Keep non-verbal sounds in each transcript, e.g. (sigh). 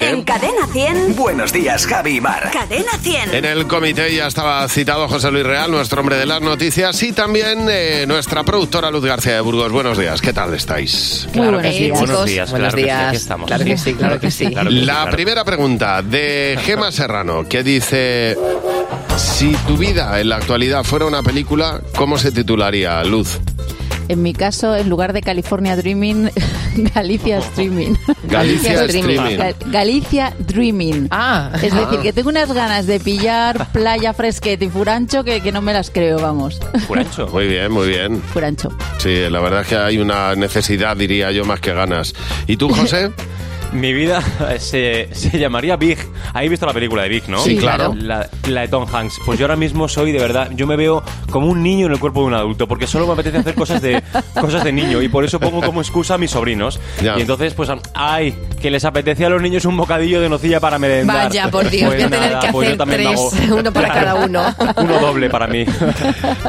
En Cadena 100. Buenos días, Javi y Mar. Cadena 100. En el comité ya estaba citado José Luis Real, nuestro hombre de las noticias, y también eh, nuestra productora Luz García de Burgos. Buenos días, ¿qué tal estáis? Muy buenos días. Buenos días, Buenos claro que sí, días. aquí estamos. Claro que sí, claro que sí. Claro que sí, La claro. primera pregunta de Gema Serrano, que dice, si tu vida en la actualidad fuera una película, ¿cómo se titularía, Luz? En mi caso, en lugar de California Dreaming, (laughs) Galicia Streaming. Galicia Streaming. Gal- Galicia Dreaming. Ah, Es decir, que tengo unas ganas de pillar playa, fresquete y furancho que, que no me las creo, vamos. (laughs) Furancho. Muy bien, muy bien. Furancho. Sí, la verdad es que hay una necesidad, diría yo, más que ganas. ¿Y tú, (laughs) José? Mi vida (laughs) se, se llamaría Big. ¿Habéis visto la película de Big, no? Sí, Sí, claro. La, la de Tom Hanks. Pues yo ahora mismo soy, de verdad, yo me veo como un niño en el cuerpo de un adulto, porque solo me apetece hacer cosas de, cosas de niño, y por eso pongo como excusa a mis sobrinos. Ya. Y entonces, pues, ay, que les apetece a los niños un bocadillo de nocilla para merendar. Vaya, por Dios, (laughs) Pues voy a tener nada, que pues yo hacer también me hago- tres, (laughs) (laughs) uno para cada uno. (laughs) Uno doble para mí.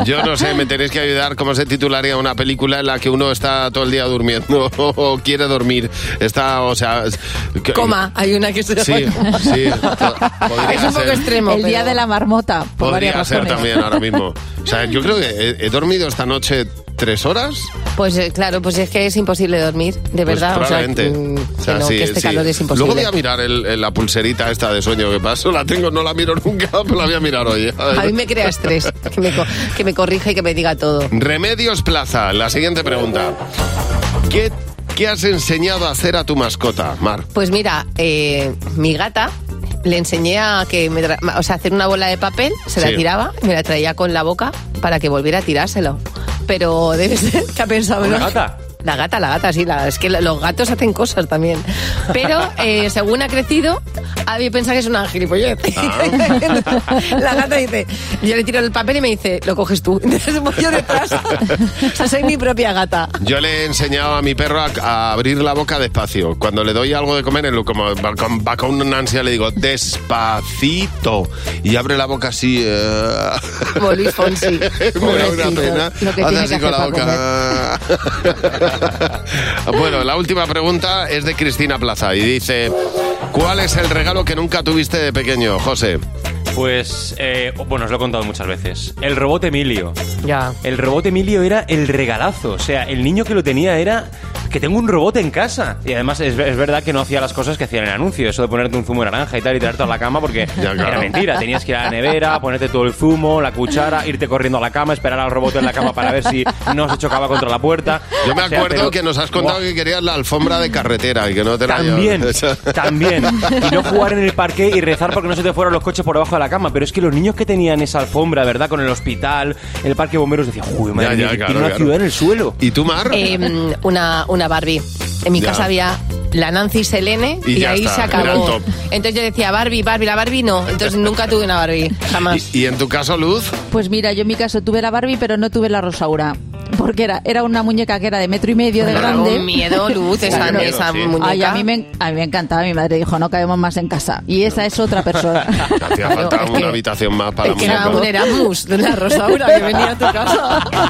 Yo no sé, me tenéis que ayudar cómo se titularía una película en la que uno está todo el día durmiendo (laughs) o quiere dormir. Está, o sea... que- Coma, hay una que se (laughs) Sí, sí. po- podría Es un poco ser. extremo. El día pero- de la marmota, por Podría varias ser razones. también ahora mismo. O sea, yo creo que he, he dormido esta noche tres horas. Pues eh, claro, pues es que es imposible dormir, de Pues verdad. o sea, probablemente. mm, que O sea, no, sí, que este sí. calor es Luego voy imposible. a mirar el- el- la pulserita esta de sueño que paso. La tengo, no la miro nunca, (laughs) pero la voy a mirar hoy. A mí me crea estrés, que me, co- que me corrija y que me diga todo. Remedios Plaza, la siguiente pregunta. ¿Qué, qué has enseñado a hacer a tu mascota, Mar? Pues mira, eh, mi gata le enseñé a que me tra- o sea, hacer una bola de papel, se Sí. la tiraba, me la traía con la boca para que volviera a tirárselo. Pero debe (laughs) ser que ha pensado, ¿Una ¿no? gata? La gata, la gata, sí, la- es que lo- los gatos hacen cosas también. Pero eh, según ha crecido, había pensado que es una gilipollez. Ah. (laughs) la gata dice, yo le tiro el papel y me dice, lo coges tú. (laughs) Entonces voy yo detrás. o sea, soy mi propia gata. Yo le he enseñado a mi perro a, a abrir la boca despacio. Cuando le doy algo de comer, él lo- como va con, va con una ansia, le digo despacito. Y abre la boca así. eh. (laughs) Como Luis Fonsi. Me da una Pobrecito, pena. lo que Hace tiene así que con la hacer boca. (laughs) bueno, la última pregunta es de Cristina Plaza y dice: ¿Cuál es el regalo que nunca tuviste de pequeño, José? Pues, eh, bueno, os lo he contado muchas veces. El robot Emilio. Ya. El robot Emilio era el regalazo. O sea, el niño que lo tenía era que tengo un robot en casa. Y además es, es verdad que no hacía las cosas que hacían en el anuncio. Eso de ponerte un zumo de naranja y tal y tirarte a la cama porque (laughs) Ya, claro. era mentira. Tenías que ir a la nevera, ponerte todo el zumo, la cuchara, irte corriendo a la cama, esperar al robot en la cama para ver si no se chocaba contra la puerta. Yo me O sea, acuerdo pero- que nos has contado Buah. que querías la alfombra de carretera y que no te la También, llevas. (laughs) también. Y no jugar en el parque y rezar porque no se te fueran los coches por debajo de la cama. Pero es que los niños que tenían esa alfombra, ¿verdad? Con el hospital, el parque de bomberos, decían, uy, madre Ya, mía, ya, tiene claro, una claro. ciudad en el suelo. ¿Y tú, Mar? Eh, una, una Barbie. En mi Ya. casa había la Nancy Selene Y y, ya ahí está, se era el acabó. top. Entonces yo decía Barbie, Barbie, la Barbie no. Entonces nunca tuve una Barbie, jamás. ¿Y, y en tu caso, Luz? Pues mira, yo en mi caso tuve la Barbie, pero no tuve la Rosaura. Porque era, era una muñeca que era de metro y medio de Me daba grande. un miedo, Luz, esa, Claro. esa Sí. muñeca. Ay, a mí, me, en- a mí me encantaba. Mi madre dijo, no cabemos más en casa. Y esa es (laughs) otra persona. Hacía Claro, falta es una que- habitación más para Es que la era un muñeca. Erasmus de la Rosaura que venía a tu casa.